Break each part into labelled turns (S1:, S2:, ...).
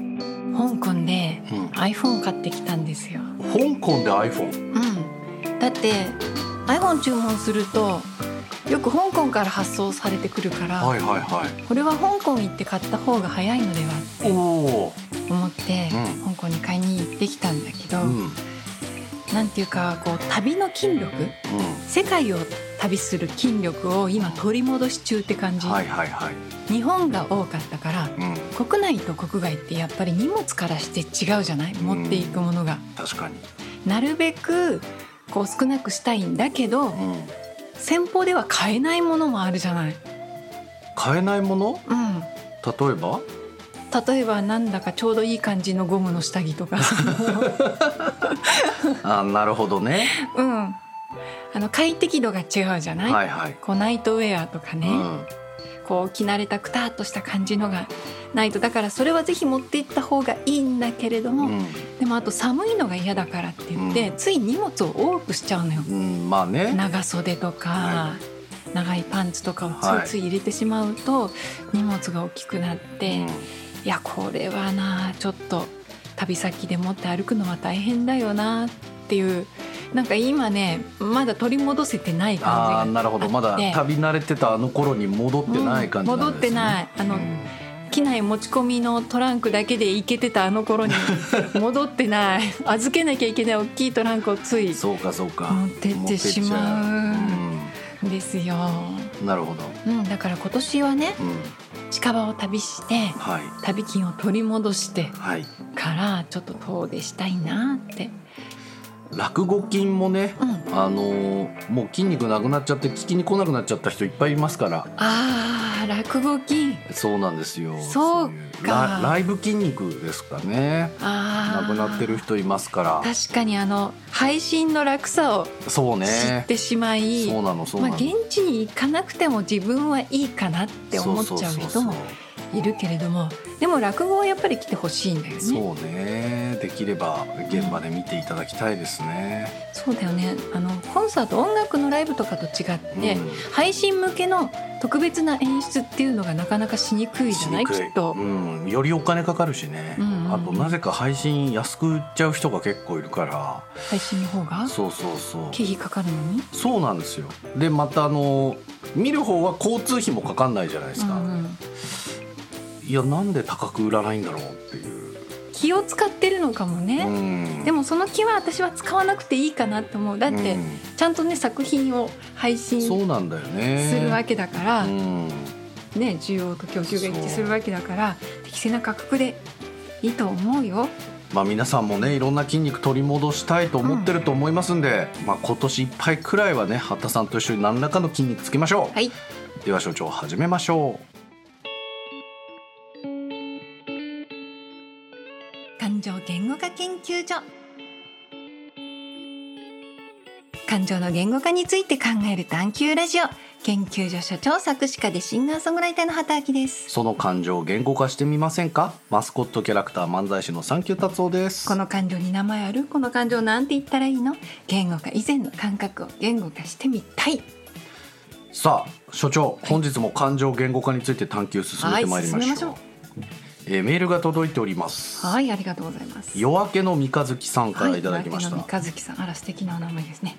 S1: 香港で
S2: うん
S1: iPhone を買ってきたんですよ。
S2: 香港で iPhone
S1: うん、だって iPhone 注文するとよく香港から発送されてくるから、
S2: はいはいはい
S1: これは香港行って買った方が早いのでは
S2: おお
S1: と思って、
S2: う
S1: 香港に買いに行ってきたんだけど、
S2: ーうんうん
S1: なんていうかこう旅の筋力世界を旅する筋力を今取り戻し中って感じ、
S2: はいはいはい
S1: 日本が多かったから
S2: うん
S1: 国内と国外ってやっぱり荷物からして違うじゃない持っていくものが。
S2: 確かに
S1: なるべくこう少なくしたいんだけど、
S2: うん
S1: 先方では買えないものもあるじゃない。
S2: 買えないもの
S1: うん。
S2: 例えば
S1: 例えばなんだかちょうどいい感じのゴムの下着と か、
S2: あなるほどね
S1: うん。あの快適度が違うじゃない。
S2: はいはい
S1: こうナイトウェアとかね、
S2: うん
S1: こう着慣れたくたっとした感じのがないとだからそれはぜひ持っていった方がいいんだけれども、
S2: うん
S1: でもあと寒いのが嫌だからって言って、
S2: う
S1: つい荷物を多くしちゃうのよ。
S2: うんまあね
S1: 長袖とか、
S2: は
S1: 長いパンツとかを
S2: は
S1: つ
S2: い
S1: いつい入れてしまうと荷物が大きくなって、
S2: うん
S1: いやこれはなちょっと旅先で持って歩くのは大変だよなっていうなんか今ねまだ取り戻せてない
S2: あ
S1: 感
S2: ー
S1: じが
S2: なるほどまだ
S1: で
S2: 旅慣れてたあの頃に戻ってない感じ
S1: う
S2: なんです、ね
S1: ん戻ってないあの
S2: うん
S1: 機内持ち込みのトランクだけで行けてたあの 頃に戻ってない預けなきゃいけない大きいトランクをつい
S2: そうかそうか
S1: 持ってってしまう
S2: 持ってっち
S1: んですよ。
S2: ゃううんなるほど、
S1: うん、だから今年はね
S2: うん、
S1: 近場を旅して
S2: はい
S1: 旅金を取り戻して
S2: はい
S1: からちょっと遠出したいなって、
S2: 落語筋もね
S1: うん、あ
S2: あのーもう筋肉なくなっちゃって聞きに来なくなっちゃった人いっぱいいますから
S1: あー落語金
S2: そうなんですよ
S1: そうか
S2: いラライブ筋肉ですかね
S1: あー
S2: なくなってる人いますか
S1: 確かにあの配信の楽さを
S2: らそう
S1: 知
S2: ね
S1: ってしまい、
S2: そうなのそう
S1: ま
S2: な
S1: あ、
S2: の、
S1: 現地に行かなくても自分はいいかなって思っちゃう人もいるけれどもでも落語はやっぱり来てほしいんだよねそう
S2: そうねできれば現場で見ていただきたいですね、
S1: だよねあのコンサート音楽のライブとかと違って、配信向けの特別な演出っていうのがなかなかしにく
S2: う
S1: い
S2: ん、
S1: じゃないき
S2: しにく
S1: っと、
S2: うん、よりお金かかるしね、
S1: うんうん
S2: あとなぜか配信安く売っちゃう人が結構いるか
S1: 配信の方が
S2: らそうそうそう
S1: 経費かかるのに
S2: そうなんですよでまたあの見る方は交通費もかかんないじゃないですか、
S1: うんうん
S2: いやなんで高く売らないんだろうっていう、
S1: 気を使ってるのかも
S2: う
S1: ね、
S2: ん、
S1: でもその気は私は使わなくていいかなと思うだって
S2: うん
S1: ちゃんとね作品を配信す
S2: そうなんだよね
S1: るわけだから、
S2: うん、
S1: ね需要と供給が一致するわけだから適正な価格でいいと思うよ
S2: まあ皆さんもねいろんな筋肉取り戻したいと思ってると思いますんで、まあ今年いっぱいくらいはね八田さんと一緒に何らかの筋肉つけましょう、
S1: はい
S2: では所長始めましょう
S1: 感情言語化研究所感情の言語化について考える探求ラジオ研究所所長作詞家でシンガーソングライターの畑明です
S2: その感情を言語化してみませんかマスコットキャラクター漫才師のサンキュー達夫です
S1: この感情に名前あるこの感情なんて言ったらいいの言語化以前の感覚を言語化してみたい
S2: さあ所長、本日も感情言語化について探求進めてまいりま
S1: はい進
S2: しょう,、
S1: めましょう
S2: えーメールが届いております
S1: はいありがとうございます
S2: 夜明けの三日月さんからいただきました、
S1: はい、三月さんあら素敵なお名前ですね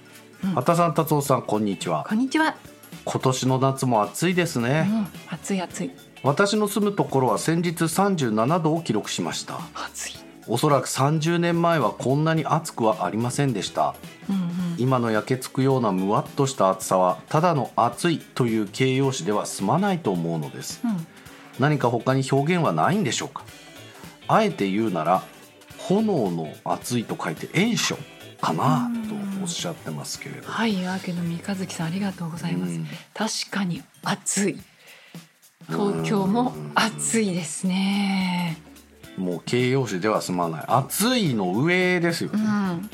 S2: はたさん達夫さんこんにちは
S1: こんにちは、
S2: 今年の夏も暑いです
S1: う
S2: ね、
S1: ん、暑い暑い
S2: 私の住むところは先日37度を記録しました
S1: 暑い
S2: おそらく30年前はこんなに暑くはありませんでした
S1: うんうん
S2: 今の焼けつくようなむわっとした暑さはただの暑いという形容詞では済まないと思うのです
S1: うん
S2: 何か他に表現はないんでしょうかあえて言うなら炎の熱いと書いて炎暑かなとおっしゃってますけれど
S1: はい夜明けの三日月さんありがとうございます、
S2: うん
S1: 確かに暑い東京も暑いですね
S2: もう形容詞では済まない暑いの上ですよ
S1: う
S2: ね
S1: ん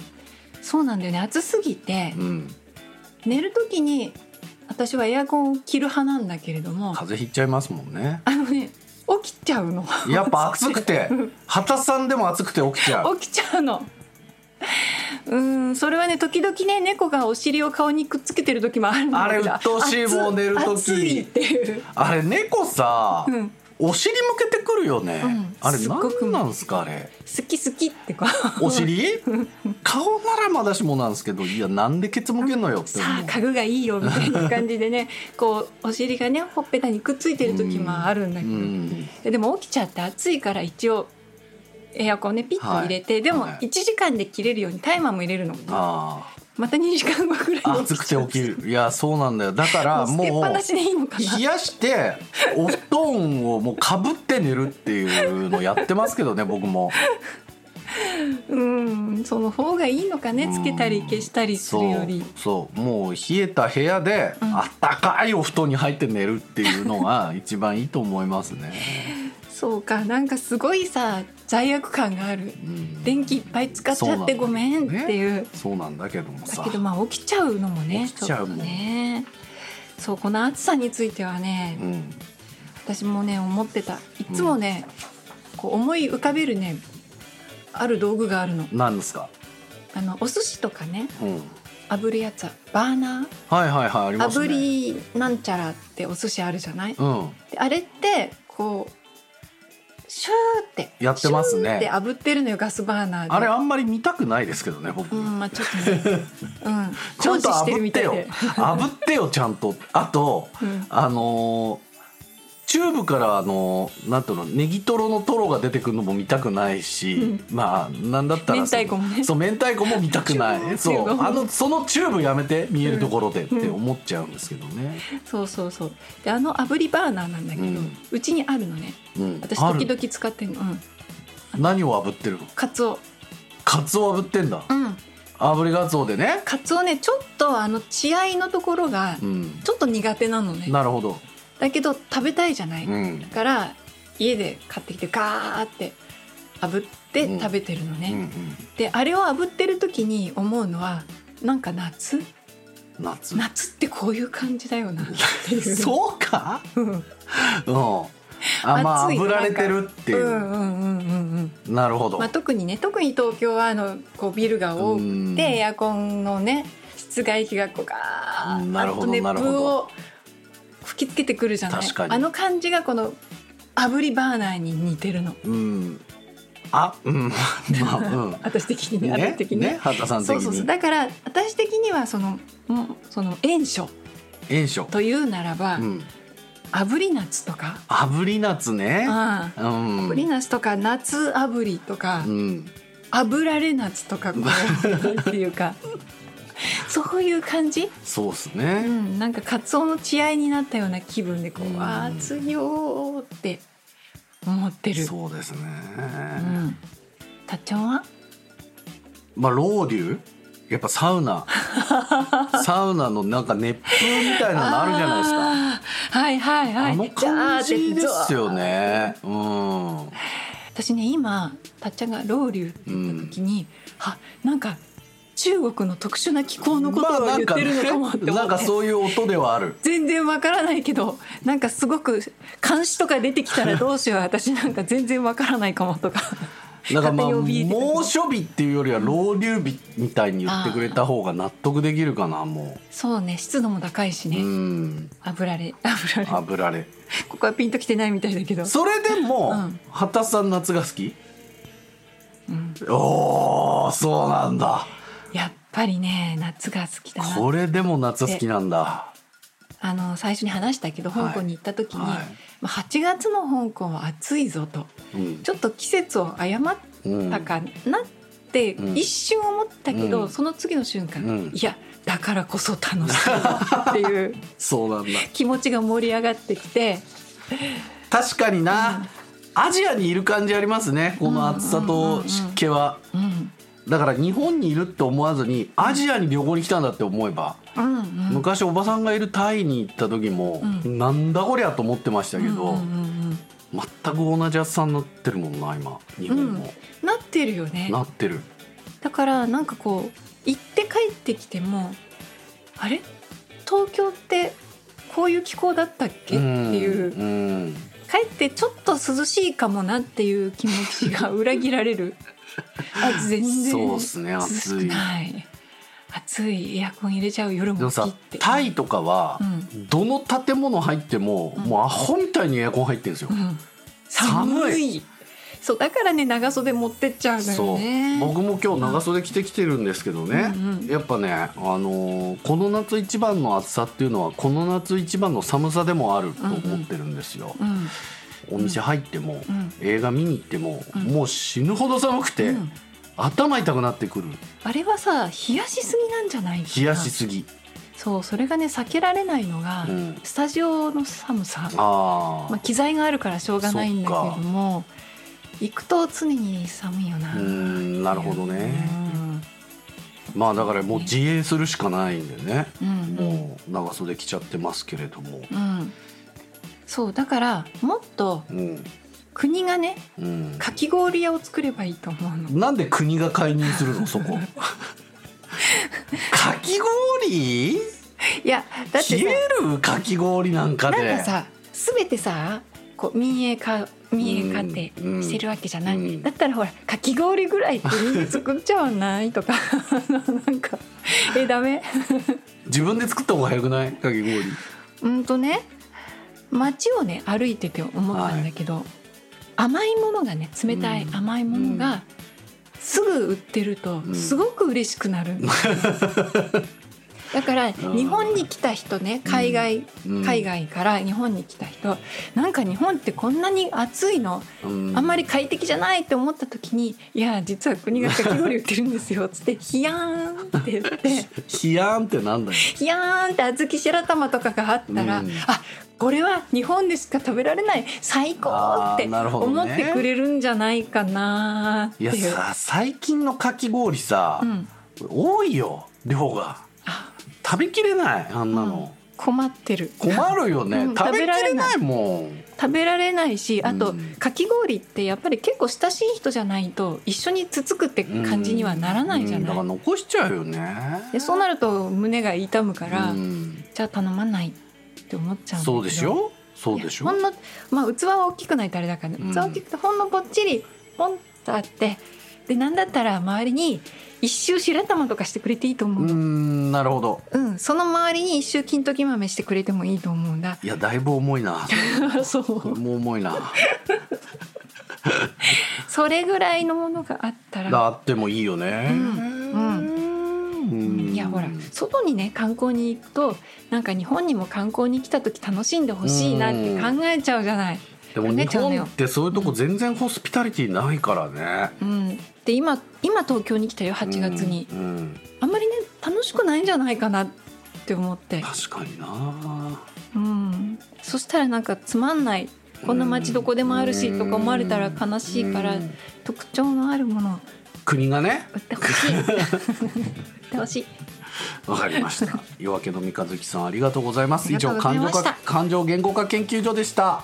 S1: そうなんだよね暑すぎて
S2: うん
S1: 寝る時に私はエアコンを切る派なんだけれども
S2: 風邪ひいちゃいますもんね
S1: あのね起きちゃう の
S2: やっぱ暑くて
S1: うん
S2: 畑さんでも暑くて起きちゃう
S1: 起きちゃうのうんそれはね時々ね猫がお尻を顔にくっつけてる時もあるんだ
S2: あれ鬱陶しいもう寝る時
S1: 暑いっていう
S2: あれ猫さ
S1: うん
S2: お尻向けてくるよね、
S1: うん
S2: あれ
S1: すっごく
S2: 何なんすかあれ
S1: 好き好きって こう
S2: お尻顔ならまだしもなんですけどいやなんでケツ向けんのよっ
S1: さ
S2: て思
S1: あ
S2: う
S1: 家具がいいよみたいな感じで ねこうお尻がねほっぺたにくっついてる時もあるんだ
S2: う
S1: けど、
S2: ん
S1: ででも起きちゃって暑いから一応エアコンねピッと入れて、
S2: はい
S1: でも
S2: はい
S1: 1時間で切れるようにタイマーも入れるの
S2: あ
S1: また2時間後ぐらい
S2: あ
S1: に
S2: 暑くて起 き
S1: る
S2: るいやそうなんだよだか
S1: も
S2: ら
S1: う捨てっ
S2: も
S1: ぱ
S2: う
S1: なしでいいのかな
S2: 冷やしてお布団をもうかぶって寝るっていうのやってますけどね僕も
S1: うんその方がいいのかねつけたり消したりするより
S2: そうそうもう冷えた部屋で、
S1: うん
S2: あったかいお布団に入って寝るっていう のが一番いいと思いますね、
S1: そうかなんかすごいさ罪悪感がある
S2: うん、
S1: 電気いっぱい使っちゃってごめんっていう
S2: そうなんだけども
S1: だ
S2: さ
S1: けどまあ起きちゃうのもね
S2: 起きちゃうもん
S1: ちょっとねそうこの暑さについてはね、
S2: うん
S1: 私もね思ってたいつもね、こう思い浮かべるねある道具があるの
S2: なんですか、
S1: あのお寿司とかね
S2: うん、
S1: 炙るやつはバーナ
S2: はいはいはいあり
S1: ー、
S2: ます
S1: 炙
S2: ね
S1: りなんちゃらってお寿司あるじゃない
S2: うん
S1: であれってこうシューって
S2: やってますね
S1: シューって炙ってるのよガスバーナーで
S2: あれあんまり見たくないですけどね僕、
S1: うんまあちょっと ねうん
S2: ちゃ
S1: 工
S2: ん
S1: 事
S2: と
S1: してる
S2: 炙っ
S1: みた
S2: て
S1: い
S2: よ
S1: で
S2: 炙ってよちゃんとあと
S1: うん
S2: あのーチューブからあのーなんていうのネギトロのトロが出てくるのも見たくないし、
S1: う
S2: まあなんだったら
S1: 明太子もね
S2: そう明太子も見たくない
S1: チ
S2: そ
S1: ューブ
S2: うあのそのチューブやめて見えるところでって思っちゃうんですけどね、
S1: そうそうそうであの炙りバーナーなんだけど
S2: うん
S1: うち、にあるのね
S2: うん
S1: 私
S2: あ
S1: 時
S2: る
S1: 々使ってんのうん
S2: 何を炙ってるの
S1: カツオ
S2: カツオ炙ってんだ
S1: うん
S2: 炙りガツオでね
S1: カツオねちょっとあの血合いのところが
S2: うん
S1: ちょっと苦手なのね
S2: なるほど
S1: だけど食べたいじゃない、
S2: うん
S1: だから家で買ってきてガーって炙って食べてるのね、
S2: うんうん
S1: であれを炙ってる時に思うのはなんか夏
S2: 夏
S1: 夏ってこういう感じだよなっていう
S2: そうか
S1: うん
S2: うんあまあ
S1: 暑い
S2: 炙られてるっていうう、
S1: んうんうんうんうん
S2: なるほど、
S1: まあ、特にね特に東京はあのこうビルが多く
S2: うん
S1: てエアコンのね室外機がこうガー
S2: なる
S1: ッ
S2: ほ
S1: と
S2: ど
S1: 熱
S2: なるほ
S1: 風
S2: ど
S1: を吹きつけてくるじゃない
S2: 確かに
S1: あの感じがこの炙りバーナーに似てるの
S2: うん。あ、うん。 まあ、
S1: 私的
S2: うん。
S1: にね私的にね
S2: ね、畑さん的
S1: そう
S2: に。
S1: そうそうだから私的にはそのもうその炎暑
S2: 炎症。
S1: というならば、
S2: うん。
S1: 炙り夏とか、
S2: 炙り夏ね。
S1: ああ
S2: うん。
S1: 炙り夏とか夏炙りとか、
S2: うん。
S1: 炙られ夏とかこ うなんていうかそういう感じ
S2: そうっす
S1: う
S2: ね。
S1: ん、なんかカツオの血合いになったような気分でこう
S2: う
S1: 「
S2: ん
S1: ああ暑いよ」って思ってる。
S2: そうですね。
S1: うん、たっちゃんは
S2: まあ、老流。やっぱサ ウナ。サウナのなんか熱風みたいなのあるじゃないですか。
S1: あーはいはいはい
S2: あの感じですよ
S1: ね
S2: ね。うん。
S1: 私ね今たっちゃんが「老流」って言った時に、あなんか中国の特殊な気候のことを
S2: まあ
S1: 言ってるのかも
S2: な
S1: って思って、
S2: んねなんかそういう音ではある。
S1: 全然わからないけどなんかすごく監視とか出てきたらどうしよう私なんか全然わからないかもとか
S2: なんかまあ
S1: 勝手に怯えてたけど
S2: 猛暑日っていうよりは老流日みたいに言ってくれた方が納得できるかなも
S1: そうね湿度も高いし
S2: う。う
S1: ね、
S2: ん。
S1: 炙られ炙られ
S2: 炙られ。
S1: ここはピンときてないみたいだけど
S2: それでも、
S1: うん
S2: 畑さん夏が好き？
S1: うん
S2: おお、そうなんだ。
S1: やっぱりね夏が好きだな
S2: これでも夏好きなんだ。
S1: あの最初に話したけど
S2: はい
S1: 香港に行った時に、
S2: は
S1: まあ8月の香港は暑いぞと
S2: い。うん
S1: ちょっと季節を誤っ
S2: うん
S1: たかなって
S2: うん
S1: 一瞬思ったけど、
S2: うん
S1: その次の瞬間、
S2: うん
S1: いやだからこそ楽しいなっていう
S2: そうなんだ。
S1: 気持ちが盛り上がってきて
S2: 確かにな、アジアにいる感じありますね。この暑さと湿気は。
S1: うん
S2: だから日本にいるって思わずにアジアに旅行に来たんだって思えば、
S1: うんうん
S2: 昔おばさんがいるタイに行った時も、
S1: うん
S2: なんだこりゃと思ってましたけ
S1: う
S2: ど、
S1: んうん
S2: 全く同じ暑さになってるもんな今日本も、
S1: うんなってるよね
S2: なってる
S1: だからなんかこう行って帰ってきてもあれ東京ってこういう気候だったっけっていう、
S2: うん
S1: 帰ってちょっと涼しいかもなっていう気持ちが裏切られ るあ全然
S2: そうっすね
S1: 涼しく
S2: 暑い
S1: ない暑いエアコン入れちゃう夜
S2: で
S1: も
S2: も
S1: 好
S2: さ
S1: きって
S2: タイとかは、どの建物入っても、
S1: うん
S2: もうアホみたいにエアコン入ってるんですよ
S1: う、ん寒
S2: 寒
S1: いそうだからね長袖持ってっちゃうの
S2: そ
S1: よ
S2: う
S1: ね
S2: 僕も今日長袖着てきてるんですけどね、
S1: うんうん
S2: やっぱね、あのーこの夏一番の暑さっていうのはこの夏一番の寒さでもあると思ってるんですよ、
S1: うん
S2: お店入っても、
S1: うん
S2: 映画見に行っても、
S1: うん
S2: もう死ぬほど寒くて、
S1: うん
S2: 頭痛くなってくる
S1: あれはさ冷やしすぎなんじゃないかな
S2: 冷やしすぎ、
S1: そうそれがね避けられないのが、
S2: うん、
S1: スタジオの寒さ
S2: あ
S1: まあ、
S2: あ
S1: 機材があるからしょうがないんだけれども行くと常に寒いよな、
S2: うーんなるほどね
S1: うん
S2: まあだからもう自衛するしかないんでね
S1: うんうん
S2: もう長袖着ちゃってますけれども
S1: うんそうだからもっと
S2: うん
S1: 国がね
S2: うん
S1: かき氷屋を作ればいいと思うの
S2: なんで国が介入す るのそこかき氷
S1: いやだって
S2: 冷
S1: さ
S2: えるかき氷なんかで
S1: なんかさ全てさこう民営化民営化って
S2: うん
S1: してるわけじゃない、
S2: うん
S1: だったらほらかき氷ぐらいってみんな作っちゃわないとか なんかえダメ
S2: 自分で作った方が早くないかき氷
S1: うんとね街をね歩いてて思ったんだけど、甘いものがね冷たい
S2: うん
S1: 甘いものが、
S2: うん
S1: すぐ売ってると
S2: うん
S1: すごく嬉しくな る、だから
S2: ん
S1: 日本に来た人ね海外、
S2: うん
S1: 海外から日本に来た人なんか日本ってこんなに暑いの
S2: うん
S1: あんまり快適じゃないって思った時に「いや実は国がかき氷売ってるんですよ」つって「ヒヤーン」って言って。
S2: 冷やんってなんだよ
S1: ヒヤーンって小豆白玉とかがあったら、
S2: うん
S1: あこれは日本でしか食べられない最高って
S2: あーなるほどね
S1: 思ってくれるんじゃないかなって
S2: い
S1: い
S2: や
S1: う。
S2: さ最近のかき氷さ、
S1: うん、
S2: 多いよ量が
S1: あ
S2: 食べきれないあんなの、
S1: 困ってる
S2: 困るよね、
S1: うん
S2: 食べ
S1: 食
S2: き
S1: べら
S2: れ
S1: れな
S2: ないいもん
S1: 食べられないしあと、
S2: うん
S1: かき氷ってやっぱり結構親しい人じゃないと一緒につつくって感じにはならないじゃ
S2: うんだ
S1: ない、
S2: から残しちゃうよね
S1: でそうなると胸が痛むから、
S2: うん
S1: じゃあ頼まないって思っちゃうんだけど
S2: そうでしょそうでしょ
S1: ほんのまあ器は大きくないとあれだから、
S2: うん
S1: 器は大きくてほんのぽっちりポンとあってでなんだったら周りに一周白玉とかしてくれていいと思
S2: う
S1: う、うん
S2: んなるほど
S1: その周りに一周金時豆してくれてもいいと思うん だ
S2: いやだいぶ重いな
S1: そう
S2: もう重 いな
S1: それぐらいのものがあったら
S2: だってもいいよね
S1: うん
S2: う
S1: うん
S2: ん
S1: いやほら外にね観光に行くとなんか日本にも観光に来た時楽しんでほしいなって考えちゃうじゃない。
S2: でも日本ってそういうとこ全然ホスピタリティないからね
S1: うん、で今今東京に来たよ8月に、
S2: うんうん
S1: あんまりね楽しくないんじゃないかなって思って、
S2: 確かにな
S1: うん、そしたらなんかつまんないこんな街どこでもあるしとか思われたら悲しいから
S2: うん
S1: 特徴のあるものを
S2: 国がね
S1: 売ってほしい売ってほしい
S2: わかり ました夜明けの三日月さんありがとうございます
S1: あり
S2: 以
S1: がと
S2: 上
S1: うござい
S2: 感情
S1: ました
S2: 化感情言語化研究所でした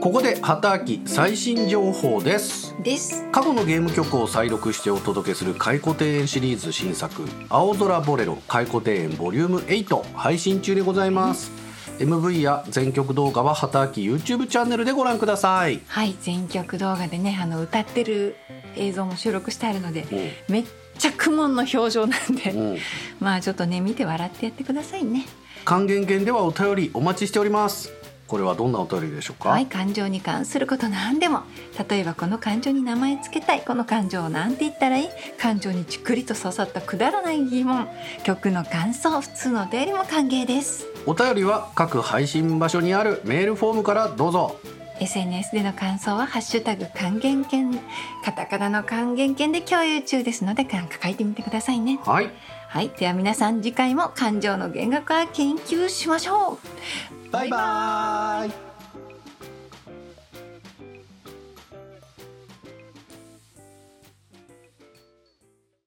S2: ここで畑明最新情報です
S1: です
S2: 過去のゲーム曲を再録してお届けする回顧庭園シリーズ新作「青空ボレロ回顧庭園ボリューム8配信中でございます、MV や全曲動画は畑明 YouTube チャンネルでご覧ください
S1: はい全曲動画でねあの歌ってる映像も収録してあるので
S2: うん
S1: めっちゃ苦悶の表情なんで、
S2: うん
S1: まあちょっとね見て笑ってやってくださいね
S2: 還元券ではお便りお待ちしておりますこれはどんなお便りでしょうか、
S1: はい、感情に関すること何でも例えばこの感情に名前つけたいこの感情を何て言ったらいい感情にじっくりと刺さったくだらない疑問曲の感想普通のお便りも歓迎です
S2: お便りは各配信場所にあるメールフォームからどうぞ
S1: SNS での感想は「ハッシュタグ還元券」カタカナの還元券で共有中ですのでなんか書いてみてくださいね
S2: はい
S1: はいでは皆さん次回も感情の弦楽は研究しましょう
S2: バイバイ